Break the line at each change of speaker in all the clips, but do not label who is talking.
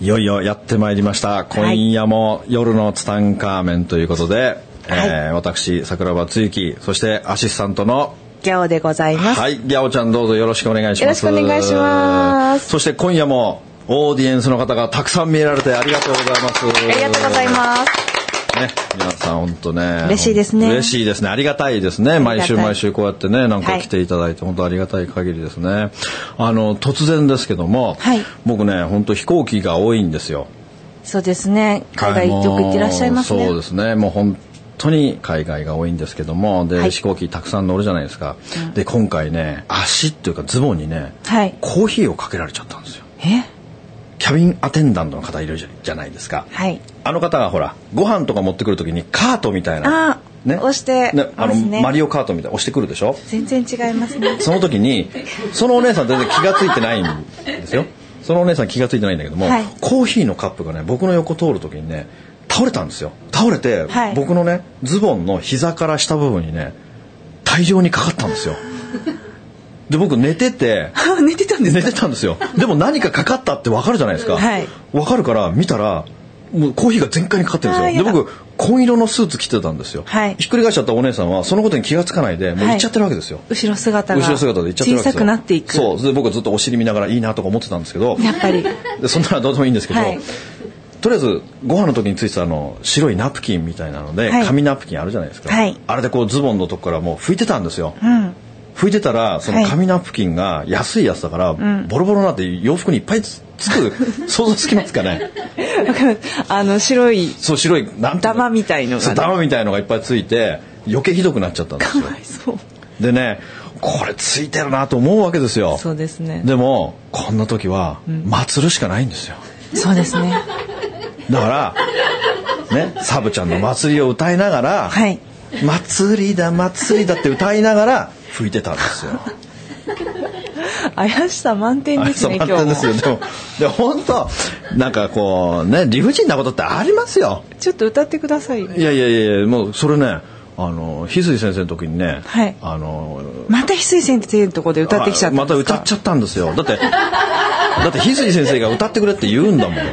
いよいよやってまいりました。今夜も夜のツタンカーメンということで、えー私、桜庭つゆき、そしてアシスタントの、
ギャオでございます。
はい、ギャオちゃんどうぞよろしくお願いします。
よろしくお願いします
そして今夜もオーディエンスの方がたくさん見られてありがとうございます。
ありがとうございます。
ね、皆さん本当ね
嬉しいですね
嬉しいですねありがたいですね
がたい
毎週毎週こうやってねなん
は
か
い
来ていただいて、本当ありがたい限りですねあの突然ですけども、
はい
僕ね本当飛行機が多いんですよ
そうですね。海
は
外よく行ってらっしゃいます
も
ね。
うそうですねもう本当に海外が多いんですけどもで、
はい
飛行機たくさん乗るじゃないですか、で今回ね足っていうかズボンにね、
はい
コーヒーをかけられちゃったんですよ
え
キャビンアテンダントの方いるじゃじゃないですか、
はい。
あの方がほらご飯とか持ってくるときにカートみたいな
あ押して
ねあの
ますね
マリオカートみたいな押してくるでしょ
全然違いますね。
その時にそのお姉さん全然気がついてないんですよそのお姉さん気がついてないんだけども、
はい
コーヒーのカップがね僕の横通る時にね倒れたんですよ倒れて、
はい
僕のねズボンの膝から下部分にね大量にかかったんですよで僕寝てて
あ 寝てたんです
寝
か
てたんですよでも何かかかったってわかるじゃないですか、
はい
わかるから見たらもうコーヒーが全開にかかってるん
あー
です
や
よ
だ
で僕紺色のスーツ着てたんですよ、
はい
ひっくり返しちゃったお姉さんはそのことに気がつかないでもう行っちゃってるわけですよ、
後ろ姿が
後ろ姿で行っちゃってる
小
わけで
さ
すよ
くなっていく。
そうそれで僕はずっとお尻見ながらいいなとか思ってたんですけ ど
やっぱり。
でそんなのはどうでもいいんですけど、
はい
とりあえずご飯の時についてたあの白いナプキンみたいなので、
はい
紙ナプキンあるじゃないですか、
はい
あれでこうズボンのとこからもう拭いてたんですよ、
うん。
拭いてたらその紙ナプキンが安いやつだから、ボロボロになって洋服にいっぱいつつ く想像つきますかね
あの、白い。
そう白いなんてうの
玉みたいのがね
そう玉みたいのがいっぱいついて余計ひどくなっちゃったんです
か
よ
わいそう。
でねこれついてるなと思うわけですよ
そうですね。
でもこんな時は祭るしかないんですよ
そうですね。
だからねサブちゃんの祭りを歌いながら
はい
祭りだ祭りだって歌いながら拭いてたんですよ
怪しさ満点ですね、今
あ
日
そう満点
も
ですよ。でも、でも本当なんかこうね理不尽なことってありますよ。
ちょっと歌ってくださいよ。
いやいやいやいやもうそれねあの翡翠先生の時にね、
はい
あの
また翡翠先生のところで歌ってきちゃった
あまた歌っちゃ
ゃ
ったんですよ。だって だって翡翠先生が歌ってくれって言うんだもん。
本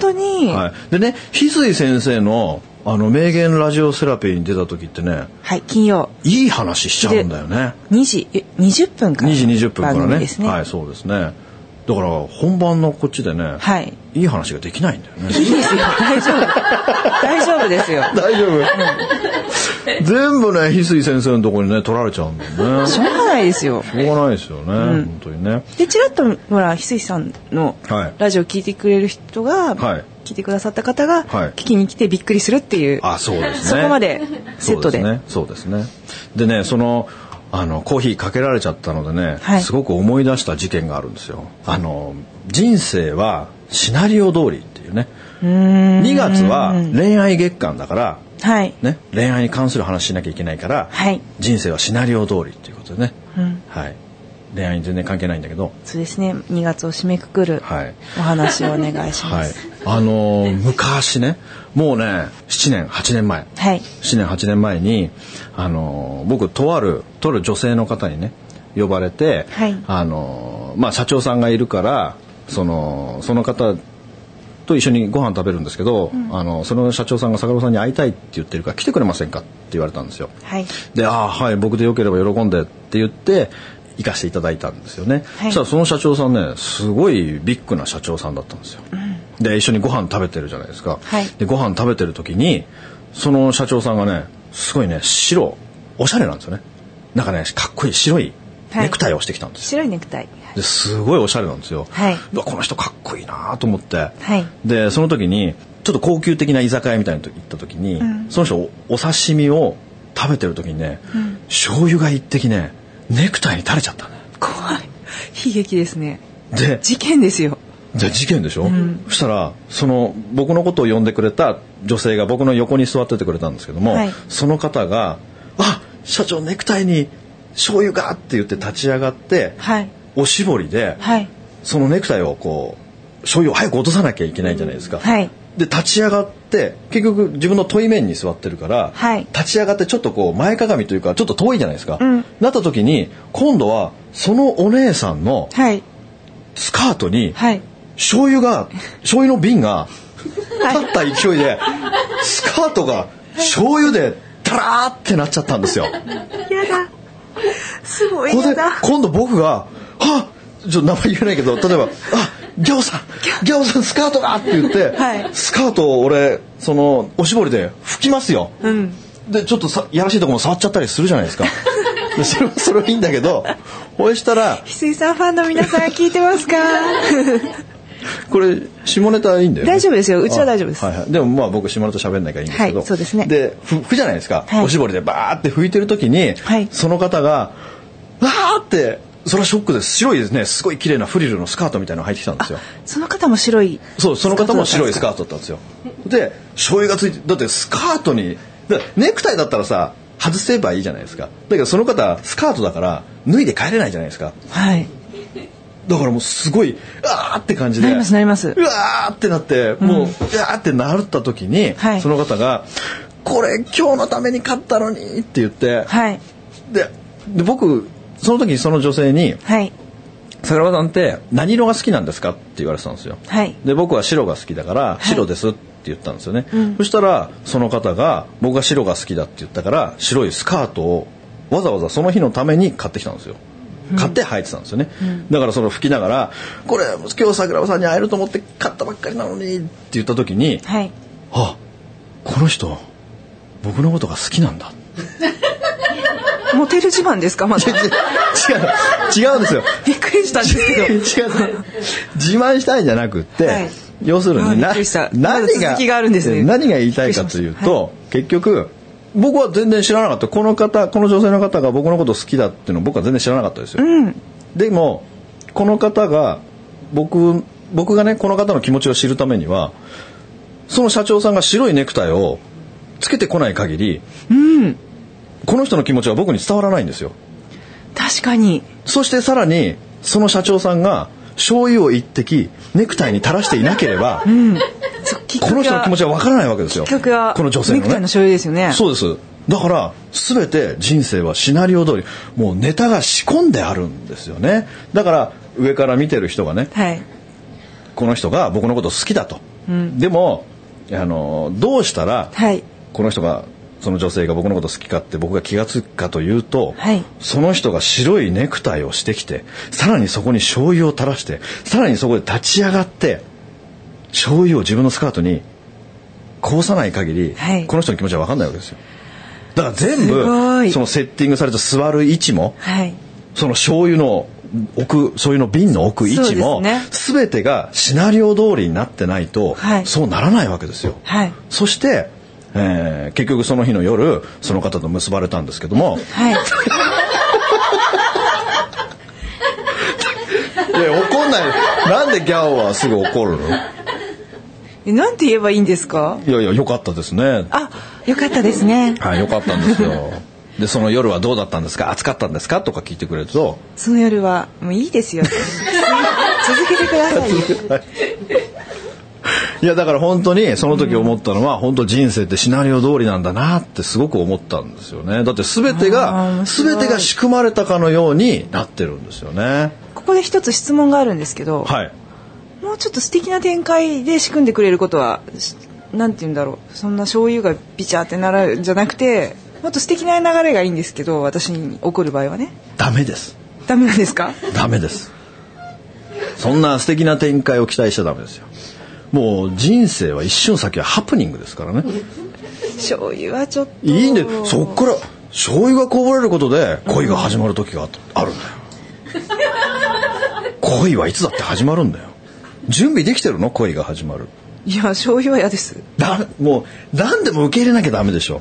当に。
は。
はい
でね翡翠先生のあの名言ラジオセラピーに出た時ってね
い、金曜。
いい話しちゃうんだよね。
2時、え20分から。
2時20分から
番組
ね
ですね。
はいそうですね。だから本番のこっちでね、
はい
いい話ができないんだよね。
いいですよ。大丈夫。大丈夫ですよ。
大丈夫全部ね翡翠先生のところにね取られちゃうんだよね
し
し
ょうがないですよ。
ょうがないですよね、本当にね
で、ちらっと、ほら、翡翠さんの
はい
ラジオ聞いてくれる人
は
が、
い
聞いてくださった方が、
はい
聞きに来てびっくりするっていう、
あそうですね
そこまでセットで。
そうですねそうですねでねそのあのコーヒーかけられちゃったのでね、
はい
すごく思い出した事件があるんですよあの人生はシナリオ通りっていうね2月は恋愛月間だから
はい。
ね、恋愛に関する話しなきゃいけないから、
はい
人生はシナリオ通りっていうことでね、
うん
はい、恋愛に全然関係ないんだけど、
そうですね。2月を締めくくる
はい
お話をお願いしま
はい
す。、
あのー昔ねもうね7年8年前、
はい
7年8年前に、あのー僕とあるとある女性の方にね呼ばれて、
はい
あのーまあ、社長さんがいるからそのその方と一緒にご飯食べるんですけど、あのその社長さんが坂本さんに会いたいって言ってるから来てくれませんかって言われたんですよ。
はい。
で「ああはい僕でよければ喜んで」って言って行かせていただいたんですよね、
は
そ
い
したらその社長さんねすごいビッグな社長さんだったんですよ、で一緒にご飯食べてるじゃないですか、
はい
でご飯食べてる時にその社長さんがねすごいね白おしゃれなんですよねなんかねかっこいい白いネクタイをしてきたんですよ、
白いネクタイ。
ですごいおしゃれなんですよ、
はいう
わこの人かっこいいなと思って、
はい
でその時にちょっと高級的な居酒屋みたいなとこ行った時に、その人おお刺身を食べてる時にね、醤油が一滴ねネクタイに垂れちゃったね
怖い。悲劇ですね。
で
事件ですよ。
じゃあ事件でしょ、そしたらその僕のことを呼んでくれた女性が僕の横に座っててくれたんですけども、
はい
その方が「あ社長ネクタイに醤油が!」って言って立ち上がって、
はい
おしぼりで、
はい
そのネクタイをこう醤油を早く落とさなきゃいけないじゃないですか。
はい
で立ち上がって結局自分の問い面に座ってるから、
はい
立ち上がってちょっとこう前かがみというかちょっと遠いじゃないですか、
うん
なった時に今度はそのお姉さんの
はい
スカートに
はい
醤油が醤油の瓶が立った勢いでスカートが醤油でダラーってなっちゃったんですよ。
やだすごい
ここ
や
で
だ
今度僕が「あちょっと名前言えない けど例えば「あギャオさんギャオさんスカートが!」って言って、
はい
スカートを俺そのおしぼりで拭きますよ。
うん
でちょっとさやらしいとこも触っちゃったりするじゃない ですか。でそれはそれはいいんだけどこれしたら
翡翠さんファンの皆さん聞いてますか
これ下ネタいいんだよね、
大丈夫ですようちは大丈夫です
あはいはい、でもまあ僕下ネタ喋んないからいいんですけど、
はいそうですね
でふ拭くじゃないですか、
はい
おしぼりでバーって拭いてる時に、
はい
その方が「わー!」ってそれはショックです白いですねすごい綺麗なフリルのスカートみたいなの入ってきたんですよ
その方も白い
そうその方も白いスカ
ー
ートだったんですよで醤油がついてだってスカートにだネクタイだったらさ外せばいいじゃないですかだけどその方スカートだから脱いで帰れないじゃないですか
トはい
だからもうすごいあーって感じで
なりますなります
うわーってなってもう、うわーってなった時に、
はい
その方が「これ今日のために買ったのに」って言って、
はい
でで僕その時にその女性に
はい
「桜庭さんって何色が好きなんですか?」って言われてたんですよ。
はい
で僕は白が好きだから「白です」って言ったんですよね、そしたらその方が僕が白が好きだって言ったから白いスカートをわざわざその日のために買ってきたんですよ買って履いてたんですよね、だからその吹きながら「これ今日桜庭さんに会えると思って買ったばっかりなのに」って言った時に
はい
「あこの人僕のことが好きなんだ」
モテる自慢ですかま だ
違う違うんですよ
びっくりしたんですけど
違う 自慢したいんじゃなくって、
はい
要するに
あーびっ
な
くりしたま
何
だ続
が
きがあるんですね
何が言いたいかというと、結局僕は全然知らなかったこの方この女性の方が僕のこと好きだっていうのを僕は全然知らなかったですよ、
うん
でもこの方が僕僕がねこの方の気持ちを知るためにはその社長さんが白いネクタイをつけてこない限り
うん
この人の気持ちは僕に伝わらないんですよ
確かに
そしてさらにその社長さんが醤油を一滴ネクタイに垂らしていなければ、
そうきっか
こ
け
の
は
人の気持ちはわからないわけですよ。
きっかけは
この女性の
ネクタイの
ね。
醤油ですよね
そうです。だから全て人生はシナリオ通りもうネタが仕込んであるんですよね。だから上から見てる人がね
はい
この人が僕のこと好きだと。
うん
でもあのどうしたら
はい
この人がその女性が僕のこと好きかって僕が気が付くかというと、
はい
その人が白いネクタイをしてきてさらにそこに醤油を垂らしてさらにそこで立ち上がって醤油を自分のスカートにこぼさない限り、
はい
この人の気持ちは分かんないわけですよだから全
すご
部
い
そのセッティングされた座る位置も
はい
その醤油の置く醤油の瓶の置く位置も、
そうで
全てがシナリオ通りになってないと、
はい
そうならないわけですよ。
はい
そして、えー結局その日の夜その方と結ばれたんですけど も
はい
いや怒んないなんでギャオはすぐ怒るのいや
えなんて言えばいいんですか
いや良かったですね
あよかったですね
はい良かったんですよでその夜はどうだったんですか暑かったんですかとか聞いてくれると
その夜はもういいですよ続けてくださ いよ
いやだから本当にその時思ったのは、本当人生ってシナリオ通りなんだなってすごく思ったんですよねだって全て
あー
が
面白い
全てが仕組まれたかのようになってるんですよね
ここで一つ質問があるんですけど、
はい
もうちょっと素敵な展開で仕組んでくれることはしなんて言うんだろうそんな醤油がビチャーってならじゃなくてもっと素敵な流れがいいんですけど私に怒る場合はね
ダメです
ダメなんですか
ダメですそんな素敵な展開を期待しちゃダメですよもう人生は一瞬先はハプニングですからね
醤油はちょっと
いいんでそっから醤油がこぼれることで恋が始まる時がああるんだよ恋はいつだって始まるんだよ準備できてるの恋が始まる
いや醤油は嫌です
だもう何でも受け入れなきゃダメでしょ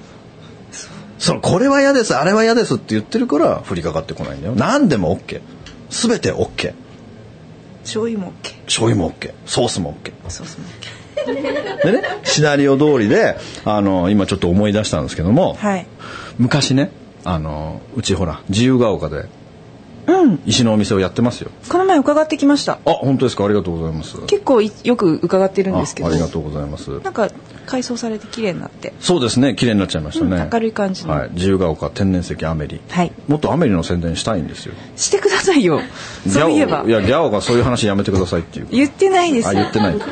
そのこれは嫌ですあれは嫌ですって言ってるから降りかかってこないんだよ何でも OK 全て OK
醤油も OK
醤油も OK ソースも OK
そうそ
で
う
ねシナリオ通りであの今ちょっと思い出したんですけども、
はい
昔ねあのうちほら自由が丘で
うん
石のお店をやってますよ
この前伺ってきました
あ本当ですかありがとうございます
結構いよく伺ってるんですけど
あありがとうございます
なんか改装されて綺麗になって
そうですね綺麗になっちゃいましたね、
うん明るい感じの
はい、自由が丘天然石アメリ
はい
もっとアメリの宣伝したいんですよ
してくださいよそういえ
ギャ
ば
オいやギャオがそういう話やめてくださいっていう
言ってないです
あ言ってないか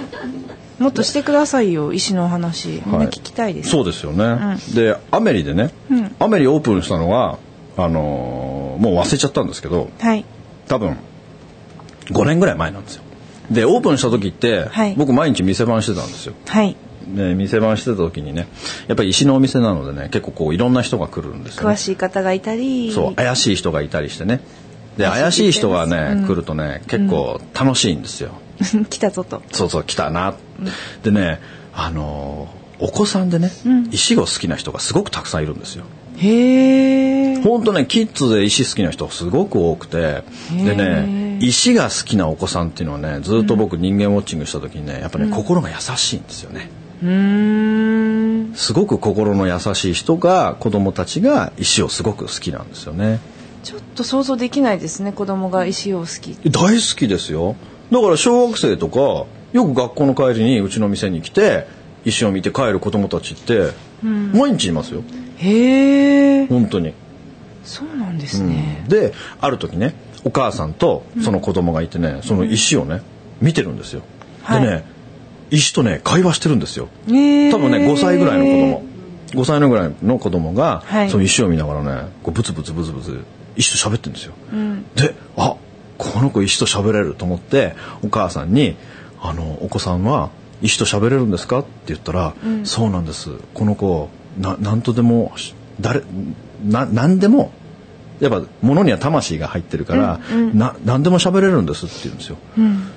もっとしてくださいよ医師のお話 みんな聞きたいです、
そうですよね、でアメリでね、
うん
アメリオープンしたのはあのーもう忘れちゃったんですけど
はい
多分5年ぐらい前なんですよでオープンした時って、
はい
僕毎日店番してたんですよ
はい
で店番してた時にねやっぱり石のお店なのでね結構こういろんな人が来るんですよ、
詳
ね、
しい方がいたり
そう怪しい人がいたりしてねで
怪
怪
し
し
い
い
人
人
が
が
ね
ね、来るとね結構楽しいんですよ、
来たぞと
そうそう来たな、でねあのーお子さんでね、石を好きな人がすごくたくさんいるんですよ
へ え
本当ねキッズで石好きな人すごく多くてでね石が好きなお子さんっていうのはねずっと僕人間ウォッチングした時にねやっぱね、心が優しいんですよね
うーん
すごく心の優しい人が子供たちが石をすごく好きなんですよね
ちょっと想像できないですね子供が石を好き
大好きですよだから小学生とかよく学校の帰りにうちの店に来て石を見て帰る子供たちって毎日いますよ、
へえ
本当に、
そうなんですね、
である時ねお母さんとその子供がいてね、その石をね見てるんですよ、
はい
でね石とね会話してるんですよ
へえ
多分ね5歳ぐらいの子供5歳のぐらいの子供が、
はい
その石を見ながらねこうブツブツブツブツ石と喋ってるんですよ、
うん
であこの子石と喋れると思ってお母さんに「あのお子さんは石と喋れるんですか?」って言ったら「そうなんですこの子な何とでもし誰な何でもやっぱ物には魂が入ってるから、な何でも喋れるんです」って言うんですよ。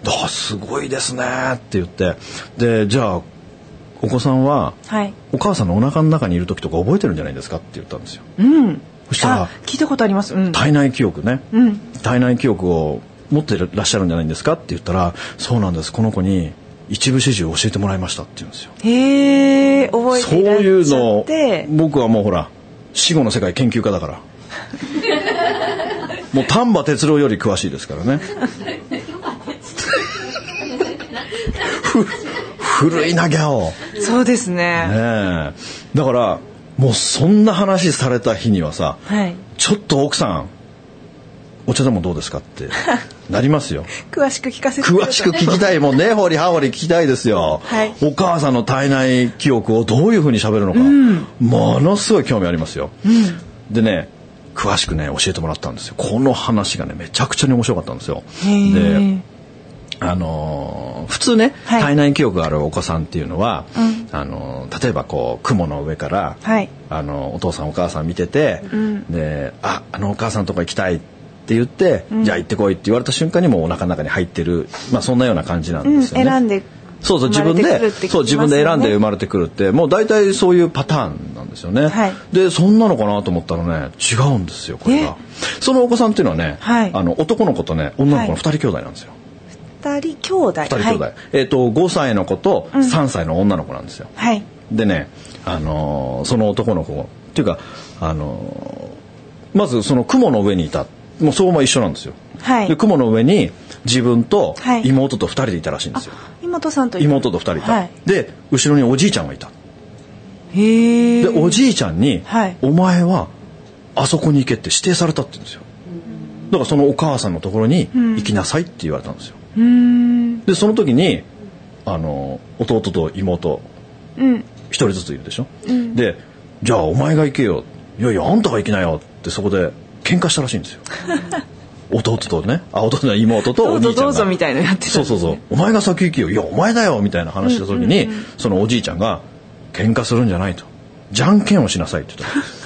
だあすごいですねって言ってでじゃあお子さんは
はい
お母さんのお腹の中にいる時とか覚えてるんじゃないですかって言ったんですよ。
うん
そしたら
あ聞いたことありますうん
体内記憶ね、
うん
体内記憶を持ってらっしゃるんじゃないんですかって言ったら「そうなんですこの子に一部始終を教えてもらいました」って言うんですよ。
へえ覚え
そ
て
う
いらっ
いう
し
の
ゃ
を
って
僕はもうほら死後の世界研究家だから もう丹波哲郎より詳しいですから ねふ 古いなギャオ
そうですね
ねえだからもうそんな話された日にはさ、
はい
ちょっと奥さんお茶でもどうですかってなり ますよ
詳しく聞かせてくださ
詳
い
しく聞きたいもん ねほりはほり聞きたいですよ、
はい
お母さんの体内記憶をどういうふうに喋るのか、ものすごい興味ありますよ、でね詳しくね教えてもらったんですよこの話がねめちゃくちゃに面白かったんですよ
へ
で
え
あのー普通ね、
はい
体内記憶があるお子さんっていうのは、
うん
あのー例えばこう雲の上から、
はい
あのお父さんお母さん見てて、
うん
で「ああのお母さんのとこ行きたい」って言って、じゃあ行ってこい」って言われた瞬間にもうお腹の中に入ってる、まあ、そんなような感じなん
う
で
ん
すよね。
選んで
そうそう自
生ま
分
れてくる
で
って聞きますよね
そう自分で選んで生まれてくるってもう大体そういうパターンなんですよね、
はい
でそんなのかなと思ったらね違うんですよこれがそのお子さんっていうのはね、
はい
あの男の子とね女の子
はい
の2人兄弟なんですよ、
二人兄弟
二人兄弟、
はい
えっ、と5歳の子と
ん
3歳の女の子なんですよ、
はい
でね、あのーその男の子っていうか、あのーまずその雲の上にいたもうそこも一緒なんですよ、
はい
で雲の上に自分と
はい
妹と2人でいたらしいんですよ、
妹さんと一緒
妹と2人いた、
はい
で後ろにおじいちゃんがいた
へえ
でおじいちゃんに、
はい
お前はあそこに行け」って指定されたって言うんですよだからそのお母さんのところに
うん
行きなさいって言われたんですよ、
うーん
でその時にあの弟と妹
うん
一人ずついるでしょ、でじゃあお前が行けよいやいやあんたが行きなよってそこで喧嘩したらしいん ですよ弟とねあ弟の妹と
ど
お
う
じい
ぞ
ちゃん
ど
が
うぞみたいなのやってた
そうそうそうお前が先行けよいやお前だよみたいな話した時に、そのおじいちゃんが喧嘩するんじゃないとじゃんけんをしなさいって言ったんです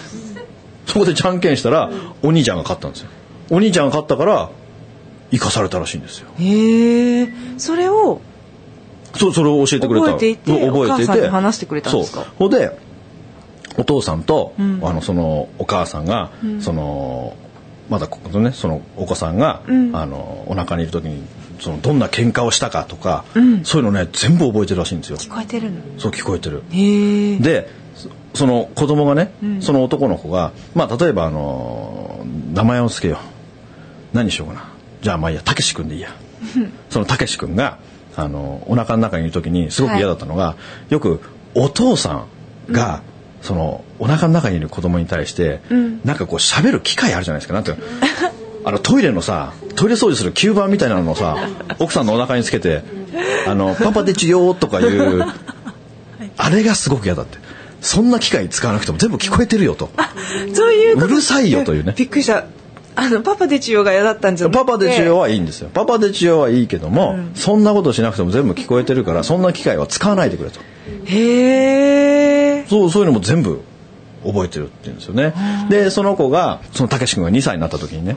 そこでじゃんけんしたらお兄ちゃんが勝ったんですよお兄ちゃんが勝ったから生かされたらしいんですよ
へえそれを
そそれを教えてくれた
覚えていて
覚えてい
お母さんに話してくれたんですか
そうほんでお父さんと、
うん
あのそのお母さんが、そのまだここのねそのお子さんが、
うん
あのお腹にいる時にそのどんな喧嘩をしたかとか、そういうのね全部覚えてるらしいんですよ
聞こえてるの
そう聞こえてる
へえ
でそその子供がね、その男の子が、まあ、例えば、あのー名前をつけよう何にしようかなじゃあまあいいやたけし君 でいいやそのたけし君が、あのーお腹の中にいる時にすごく嫌だったのが、よくお父さんが、そのお腹の中にいる子供に対して、なんかこう喋る機会あるじゃないですかなんていうのあのトイレのさトイレ掃除する吸盤みたいなのをさ奥さんのお腹につけて「あのパパでちよ」とかいうあれがすごく嫌だって。そんな機械使わなくても全部聞こえてるよと。
そういうこと
うるさいよというね
びっくりしたあのパパで治療が嫌だったんじゃなくて
パパで治療はいいんですよ。パパで治療はいいけども、そんなことしなくても全部聞こえてるから、そんな機械は使わないでくれと。
へえ
そう、そういうのも全部覚えてるって言うんですよね。で、その子が、そのたけし君が2歳になった時にね、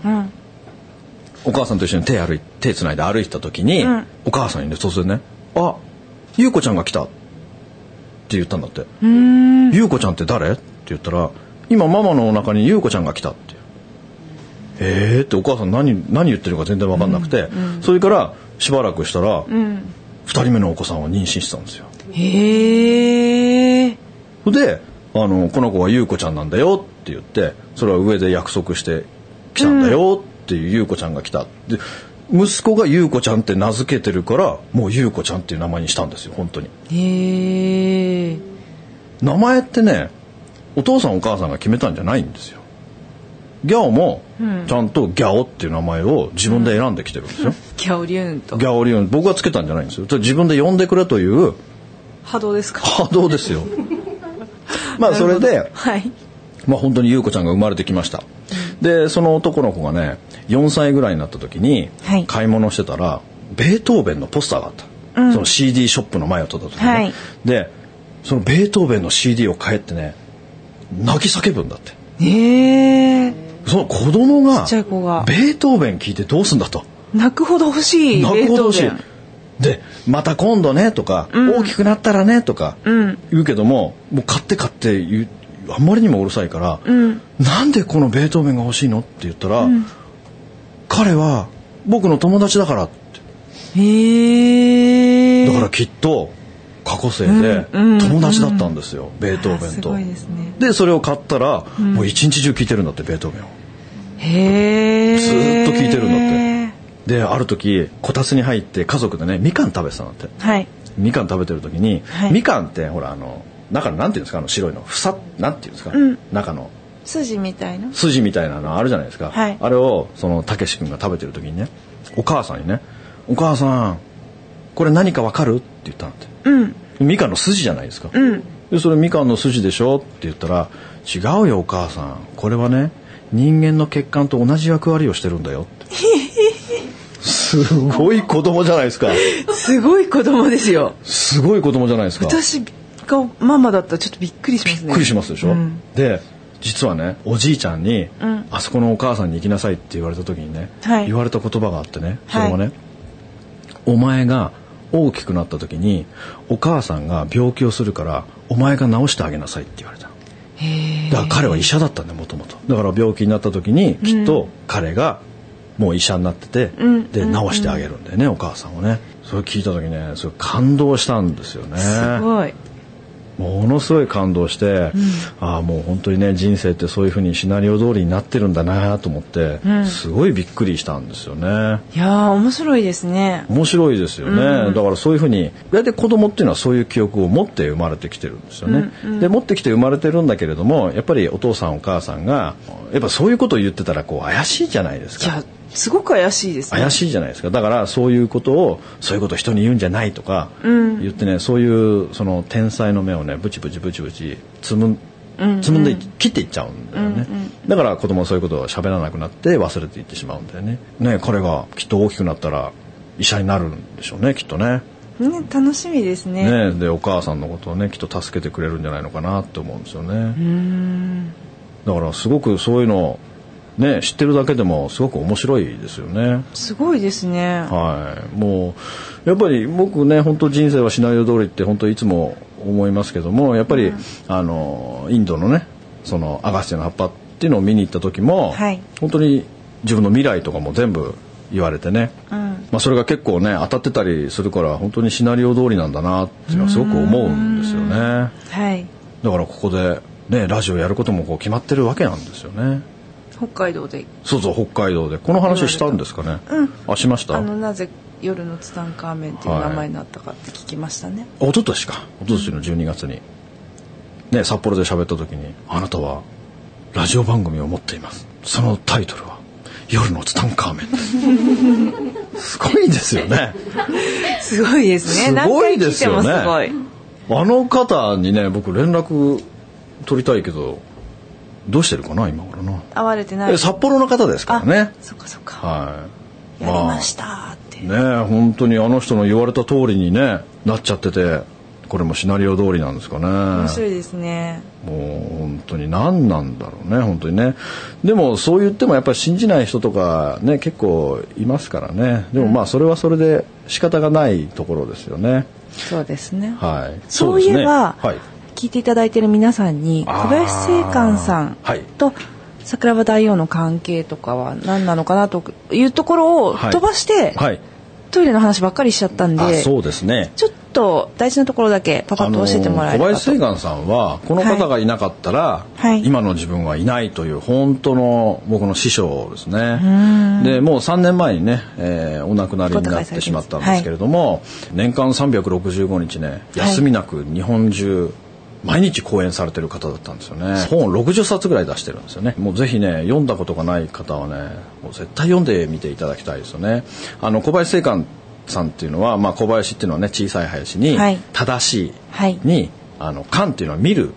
お母さんと一緒に手歩い、手つないで歩いてた時に、
ん
お母さんにね、突然ね、あ、ゆうこちゃんが来たって言ったんだって。
うーん
ゆうこちゃんって誰って言ったら、今ママのお腹にゆうこちゃんが来たって。えーってお母さん何、何言ってるか全然わかんなくて、それからしばらくしたら、二
ん
人目のお子さんを妊娠してたんですよ。
へえ
で、あの、この子はゆうこちゃんなんだよって言って、それは上で約束して来たんだよっていうゆうこちゃんが来た。で、息子がゆうこちゃんって名付けてるから、もうゆうこちゃんっていう名前にしたんですよ、本当に。
へえ
名前ってねお父さんお母さんが決めたんじゃないんですよギャオもちゃんとギャオっていう名前を自分で選んできてるんですよ、
ギャオリューンと
ギャオリオン僕がつけたんじゃないんですよ自分で呼んでくれという
波動ですか
波動です よまあそれ
なる
で
ほどはい
まあ本当に優子ちゃんが生まれてきましたでその男の子がね4歳ぐらいになった時に
はい
買い物してたら、ベートーベンのポスターがあった、その CD ショップの前を通った時に、ね
はい
でそのベートーベンの CD を買えってね泣き叫ぶんだって
へえ
その子供が
ちゃい子が
ベートーベン聞いてどうすんだと
泣くほど欲しい
泣くほど欲し
ベ
い
ートーベン
でまた今度ねとか、大きくなったらねとか
ん
言うけども、もう買って買って言うあんまりにもうるさいから、
ん
なんでこのベートーベンが欲しいのって言ったら、彼は僕の友達だからって
へえ
だからきっと過去生で
うんうん
友達だったんですよ、ベートーベン
す
と。
ごいですね
でそれを買ったら、もう一日中聴いてるんだってベートーベンを。
へえ
ずーっと聞いてるんだってである時こたつに入って家族でねみかん食べてたんだって
はい
みかん食べてる時に、
はい
みかんってほらあの中のなんていうんですかあの白いのふさなんていうんですか、
うん
中の
筋みたいな
筋みたいなのあるじゃないですか、
はい
あれをそのたけし君が食べてる時にねお母さんにね「お母さんこれ何かわかる?」って言ったんだって
うん
みかんの筋じゃないですか、
うん
でそれみかんの筋でしょって言ったら「違うよお母さんこれはね人間の血管と同じ役割をしてるんだ よ」ってすごい子供じゃないですか
すごい子供ですよ
すごい子供じゃないですか
私がママだったらちょっとびっくりしますね
びっくりしますでしょ、
うん
で実はねおじいちゃんに、
ん
あそこのお母さんに行きなさい」って言われた時にね、
はい
言われた言葉があってねそ
はい
れはね、お前が大きくなった時にお母さんが病気をするからお前が治してあげなさい」って言われた
へ
だから彼は医者だったんだよもともとだから病気になった時にきっと彼がもう医者になってて、
うん
で治してあげるんだよね、お母さんをねそれ聞いた時ねすごい感動したんですよね
ーすごい
ものすごい感動して、ああもう本当にね人生ってそういうふうにシナリオ通りになってるんだなと思って、
うん
すごいびっくりしたんですよね
いやー面白いですね
面白いですよね、だからそういうふうに大体子供っていうのはそういう記憶を持って生まれてきてるんですよね、で持ってきて生まれてるんだけれどもやっぱりお父さんお母さんがやっぱそういうことを言ってたらこう怪しいじゃないです
いや
か
すごく怪しいですね
怪しいじゃないですかだからそういうことをそういうこと人に言うんじゃないとか、
うん
言ってねそういうその天才の目をねブチブチブチブチつむ
うん
つむんで切っていっちゃうんだよね、
うん
だから子供はそういうことを喋らなくなって忘れていってしまうんだよねね彼がきっと大きくなったら医者になるんでしょうねきっとね
ね楽しみです
ね
ね
でお母さんのことをねきっと助けてくれるんじゃないのかなって思うんですよ
うー
ね、
ん
だからすごくそういうのね知ってるだけでもすごく面白いですよね
すごいですね
はい、もうやっぱり僕ね本当人生はシナリオ通りって本当いつも思いますけどもやっぱり、あのインドのねそのアガスティアの葉っぱっていうのを見に行った時も、
はい
本当に自分の未来とかも全部言われてね
うん
まあ、それが結構ね当たってたりするから本当にシナリオ通りなんだなっていうのはすごく思うんですよねだ
はい
からここで、ね、ラジオやることもこう決まってるわけなんですよね
北海道で
そうそう北海道でこの話したんですかね、
うん
あしました
あのなぜ夜のツタンカーメンっていう名前になったかって聞きましたね、
一昨年か一昨年の12月に、ね、札幌で喋った時に「あなたはラジオ番組を持っています」そのタイトルは「夜のツタンカーメンです」すごいですよね
すごいですね
すごいですよね
何回聞いてもす
あの方にね僕連絡取りたいけどどうしてるかな今頃な、
ごい会われてない
え札幌の方ですからね
あそっかそっか、
はい
やりましたって、
ねえ本当にあの人の言われた通りにねなっちゃっててこれもシナリオ通りなんですかね
面白いですね
もう本当に何なんだろうね本当にねでもそう言ってもやっぱり信じない人とかね結構いますからねでもまあそれはそれで仕方がないところですよね
そうですね、
はい
そういえば、
そうですねはい
聞いていただいてる皆さんに小
あー
林正観さん
はい
と桜庭大王の関係とかは何なのかなというところを
はい
飛ばして、
はい
トイレの話ばっかりしちゃったん
あ
で
そうですね
ちょっと大事なところだけパパッと教えてもらえ
あの
れ
小
ば
林
と、
正岩さんはこの方がいなかったら、
はい
今の自分はいないという本当の僕の師匠ですねでもう3年前にね、えーお亡くなりになってしまったんですけれども、年間365日ね休みなく日本中、毎日講演されてる方だったんですよね本を60冊ぐらい出してるんですよねもうぜひね読んだことがない方はねもう絶対読んでみていただきたいですよねあの小林正観さんっていうのは、まあ、小林っていうのはね小さい林に
はい
正しい
はい
に、あの観っていうのは見る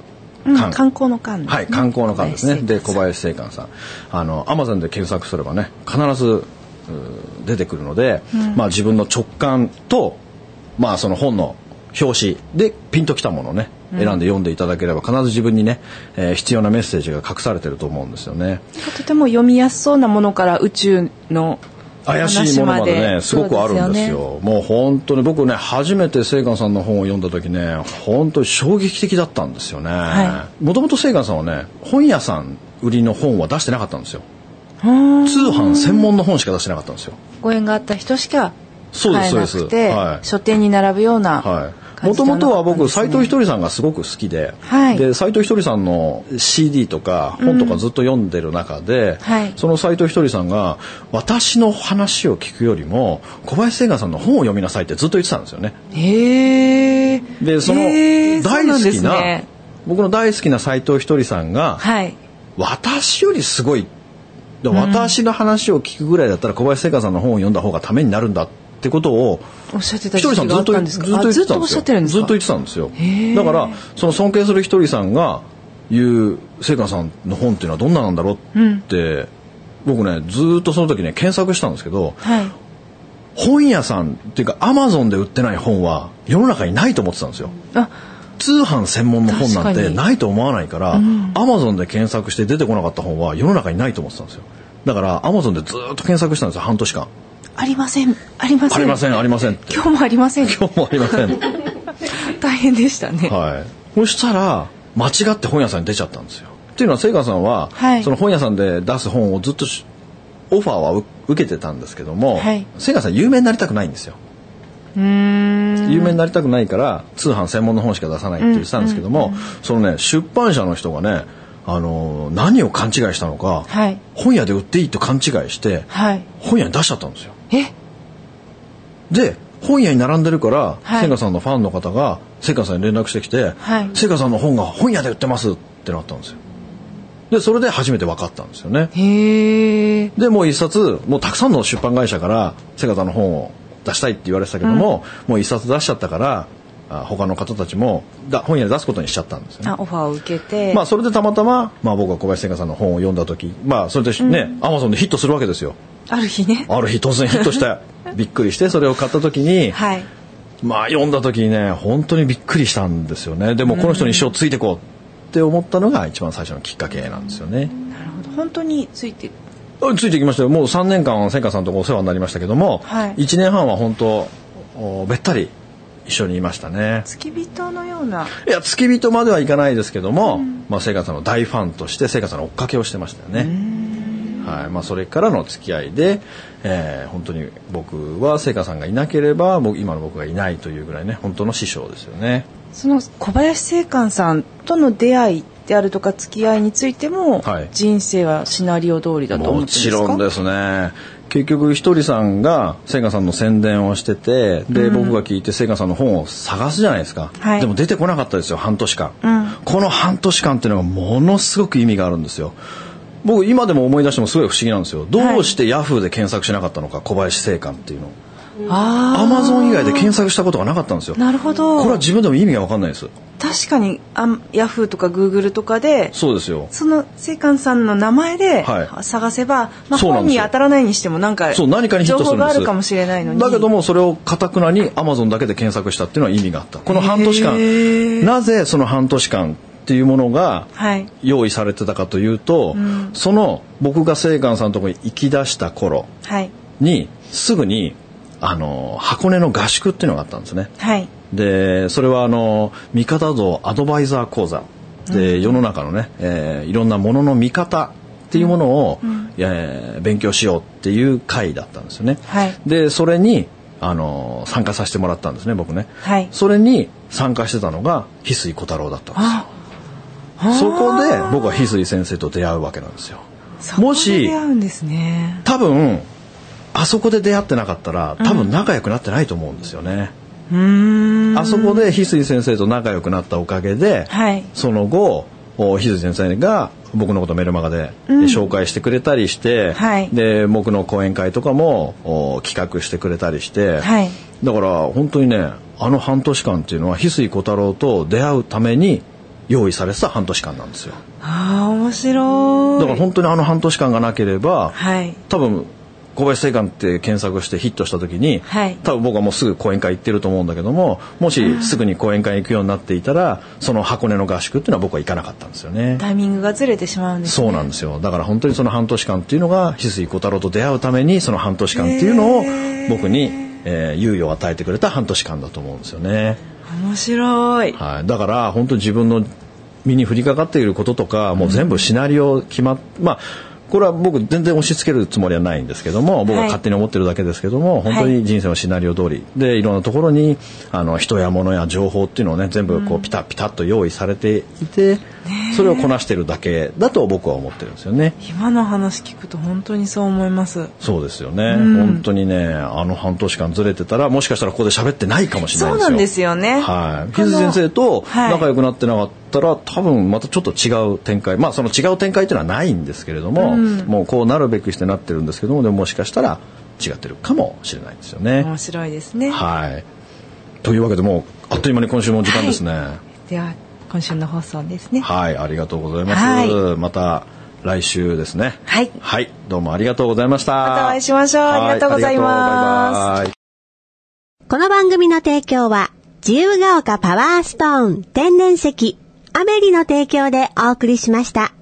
うん
観、
観光の観
はい観光の観ですねで小
小林正観さん
林正観さんあのアマゾンで検索すればね必ずうー出てくるので、まあ自分の直感とまあその本の表紙でピンときたものをね選んで読んでいただければ必ず自分にね、えー必要なメッセージが隠されてると思うんですよね。
とても読みやすそうなものから宇宙の
怪しいものまでねすごくあるんです
そう
よもう本当に僕ね初めて清官さんの本を読んだ時ね本当に衝撃的だったんですよね
は
もともと清官さんはね本屋さん売りの本は出してなかったんですよ
ですよねうん
通販専門の本しか出してなかったんですよ
ご縁があった人しか
そうです
買えな
そうで
くて、
すはい
書店に並ぶような
はい。
感
も
じ
と
じゃ
も
なか
と
った
は
んですね
僕、斎藤ひとりさんがすごく好きで、
はい
で、斎藤ひとりさんの CD とか本とかずっと読んでる中で、
はい
その斎藤ひとりさんが、私の話を聞くよりも、小林聖賀さんの本を読みなさいってずっと言ってたんですよね。
へえ
で、その大
へーそうなんで
好き
す
な、
ね
僕の大好きな斎藤ひとりさんが、
はい
私よりすごいで私の話を聞くぐらいだったら小林聖華さんの本を読んだ方がためになるんだってことを
おっしゃってた
ひと
時
りさん
期が
ず
あ
っ
っ
と
た
言
ん
っ
です
ずっと言
かあ
って
ずった
ん
とおっ
です
しゃ
よ
ってるんです
ずっ
か
と言ってたんですよ
へえ
だからその尊敬するひとりさんが言う聖華さんの本っていうのはどんななんだろうって、僕ねずっとその時ね検索したんですけど
はい
本屋さんっていうかアマゾンで売ってない本は世の中にないと思ってたんですよ
あ
通販専門の本なん
確
て
かに
ないと思わないから、アマゾンで検索して出てこなかった本は世の中にないと思ってたんですよ。だから、アマゾンでずっと検索したんですよ、半年間。
ありませんありません
ありません、ありませんって。
今日もありません
今日もありま せん。
大変でしたね、
はい。そしたら、間違って本屋さんに出ちゃったんですよ。っていうのは、聖華さんは、
はい
その本屋さんで出す本をずっとしオファーはう受けてたんですけども、
はい
聖華さん有名になりたくないんですよ。
うーん
有名になりたくないから通販専門の本しか出さないって言ってたんですけども、そのね出版社の人がねあのー何を勘違いしたのか、
はい
本屋で売っていいと勘違いして
はい
本屋に出しちゃったんですよ
え
で本屋に並んでるから、
はい
セカさんのファンの方がセカさんに連絡してきて、
はい
セカさんの本が本屋で売ってますってなったんですよでそれで初めて分かったんですよね
へえ
でもう一冊もうたくさんの出版会社からセガタの本を出したいって言われてたけども、もう一冊出しちゃったからあ他の方たちもだ本屋で出すことにしちゃったんですよね
あオファーを受けて、
まあそれでたまたま、まあ、僕は小林聖華さんの本を読んだ時まあそれでね、アマゾンでヒットするわけですよ
あ、る日ね
ある日突然ヒットして びっくりしてそれを買った時に、
はい
まあ読んだ時にね本当にびっくりしたんですよねでもこの人に一生ついてこうって思ったのが一番最初のきっかけなんですよね、
なるほど本当について
うんついてきましたよもう3年間千華さんとお世話になりましたけども、
はい
一1年半は本当おべったり一緒にいましたね
付き人のようない
や付き人まではいかないですけども、まあ、千華さんの大ファンとして千華さんの追っかけをしてましたよね、はいまあ、それからの付き合いで、えー本当に僕は聖華さんがいなければ僕今の僕がいないというぐらいね本当の師匠ですよね。
その小林聖寛さんとの出会いであるとか付き合いについても、
はい
人生はシナリオ通りだと思っ
も
てるんです
ち
か
ろんですね結局ひとりさんが聖華さんの宣伝をしててで、僕が聞いて聖華さんの本を探すじゃないですか、
はい
でも出てこなかったですよ半年間、
ん
この半年間っていうのがものすごく意味があるんですよ僕今でも思い出してもすごい不思議なんですよどうしてヤフーで検索しなかったのか小林聖寛っていうの
あ
アマゾン以外で検索したことがなかったんですよ
ーなるほど
これは自分でも意味が分かんないです
確かにあんヤフーとかグーグルとかで
そうですよ
その聖寛さんの名前で
はい
探せば、まあ、
そうなん
本
です
に
よ
当たらないにしてもなんか
そう何かにヒッ
情
トする
報
んで
が
す
あるかもしれないのに
だけどもそれをかたくなにアマゾンだけで検索したっていうのは意味があったこの半年
へー
間なぜその半年間っていうものが
はい
用意されてたかというと、その僕が聖寛さんのところに行き出した頃
はい
にすぐにあの箱根の合宿っていうのがあったんですね
はい
でそれはあの見方像アドバイザー講座で、世の中のね、えーいろんなものの見方っていうものを、えー勉強しようっていう会だったんですよね。
はい
でそれにあの参加させてもらったんですね僕ね。
はい
それに参加してたのが翡翠小太郎だったんですよ。そこで僕は翡翠先生と出会うわけなんですよ。も
そこで
し
出会うんですね
多分あそこで出会ってなかったら多分仲良くなってないと思うんですよね。
うーん
あそこで翡翠先生と仲良くなったおかげで、
はい
その後お翡翠先生が僕のことメルマガで、
うん
紹介してくれたりして、
はい
で僕の講演会とかもお企画してくれたりして、
はい
だから本当にねあの半年間っていうのは翡翠小太郎と出会うために用意されてた半年間なんですよ
ああ面白い
だから本当にあの半年間がなければ、
はい
多分小林正観って検索してヒットした時に、
はい
多分僕はもうすぐ講演会行ってると思うんだけどももしすぐに講演会行くようになっていたらその箱根の合宿っていうのは僕は行かなかったんですよね。
タイミングがずれてしまうんですね
そうなんですよだから本当にその半年間っていうのが翡翠小太郎と出会うためにその半年間っていうのを僕に、えー猶予を与えてくれた半年間だと思うんですよね。
面白い
はい、だから本当自分の身に降りかかっていることとかもう全部シナリオ決まっ、まあこれは僕全然押し付けるつもりはないんですけども僕は勝手に思ってるだけですけども、本当に人生のシナリオ通りでいろんなところにあの人や物や情報っていうのをね全部こうピタピタっと用意されていて、それをこなしてるだけだと僕は思ってるんですよね。
今の話聞くと本当にそう思います
そうですよね、本当にねあの半年間ずれてたらもしかしたらここで喋ってないかもしれない
そ
ん
う
ですよ
なんですよね
はい。
こ
木
の
津先生と
はい
仲良くなってなかったら、多分またちょっと違う展開。まあその違う展開っていうのはないんですけれども、もうこうなるべくしてなってるんですけども、でももしかしたら違ってるかもしれないですよね。
面白いですね
はい。というわけでもう、あっという間に今週も時間ですね。は
では今週の放送です
い、
ね
ありがとうございます。
は
また来週ですね。
はい
はい。どうもありがとうございました。
またお会いしましょうありがとうございます
はいありがとうバイバイ
この番組の提供は、自由が丘パワーストーン天然石、アメリの提供でお送りしました。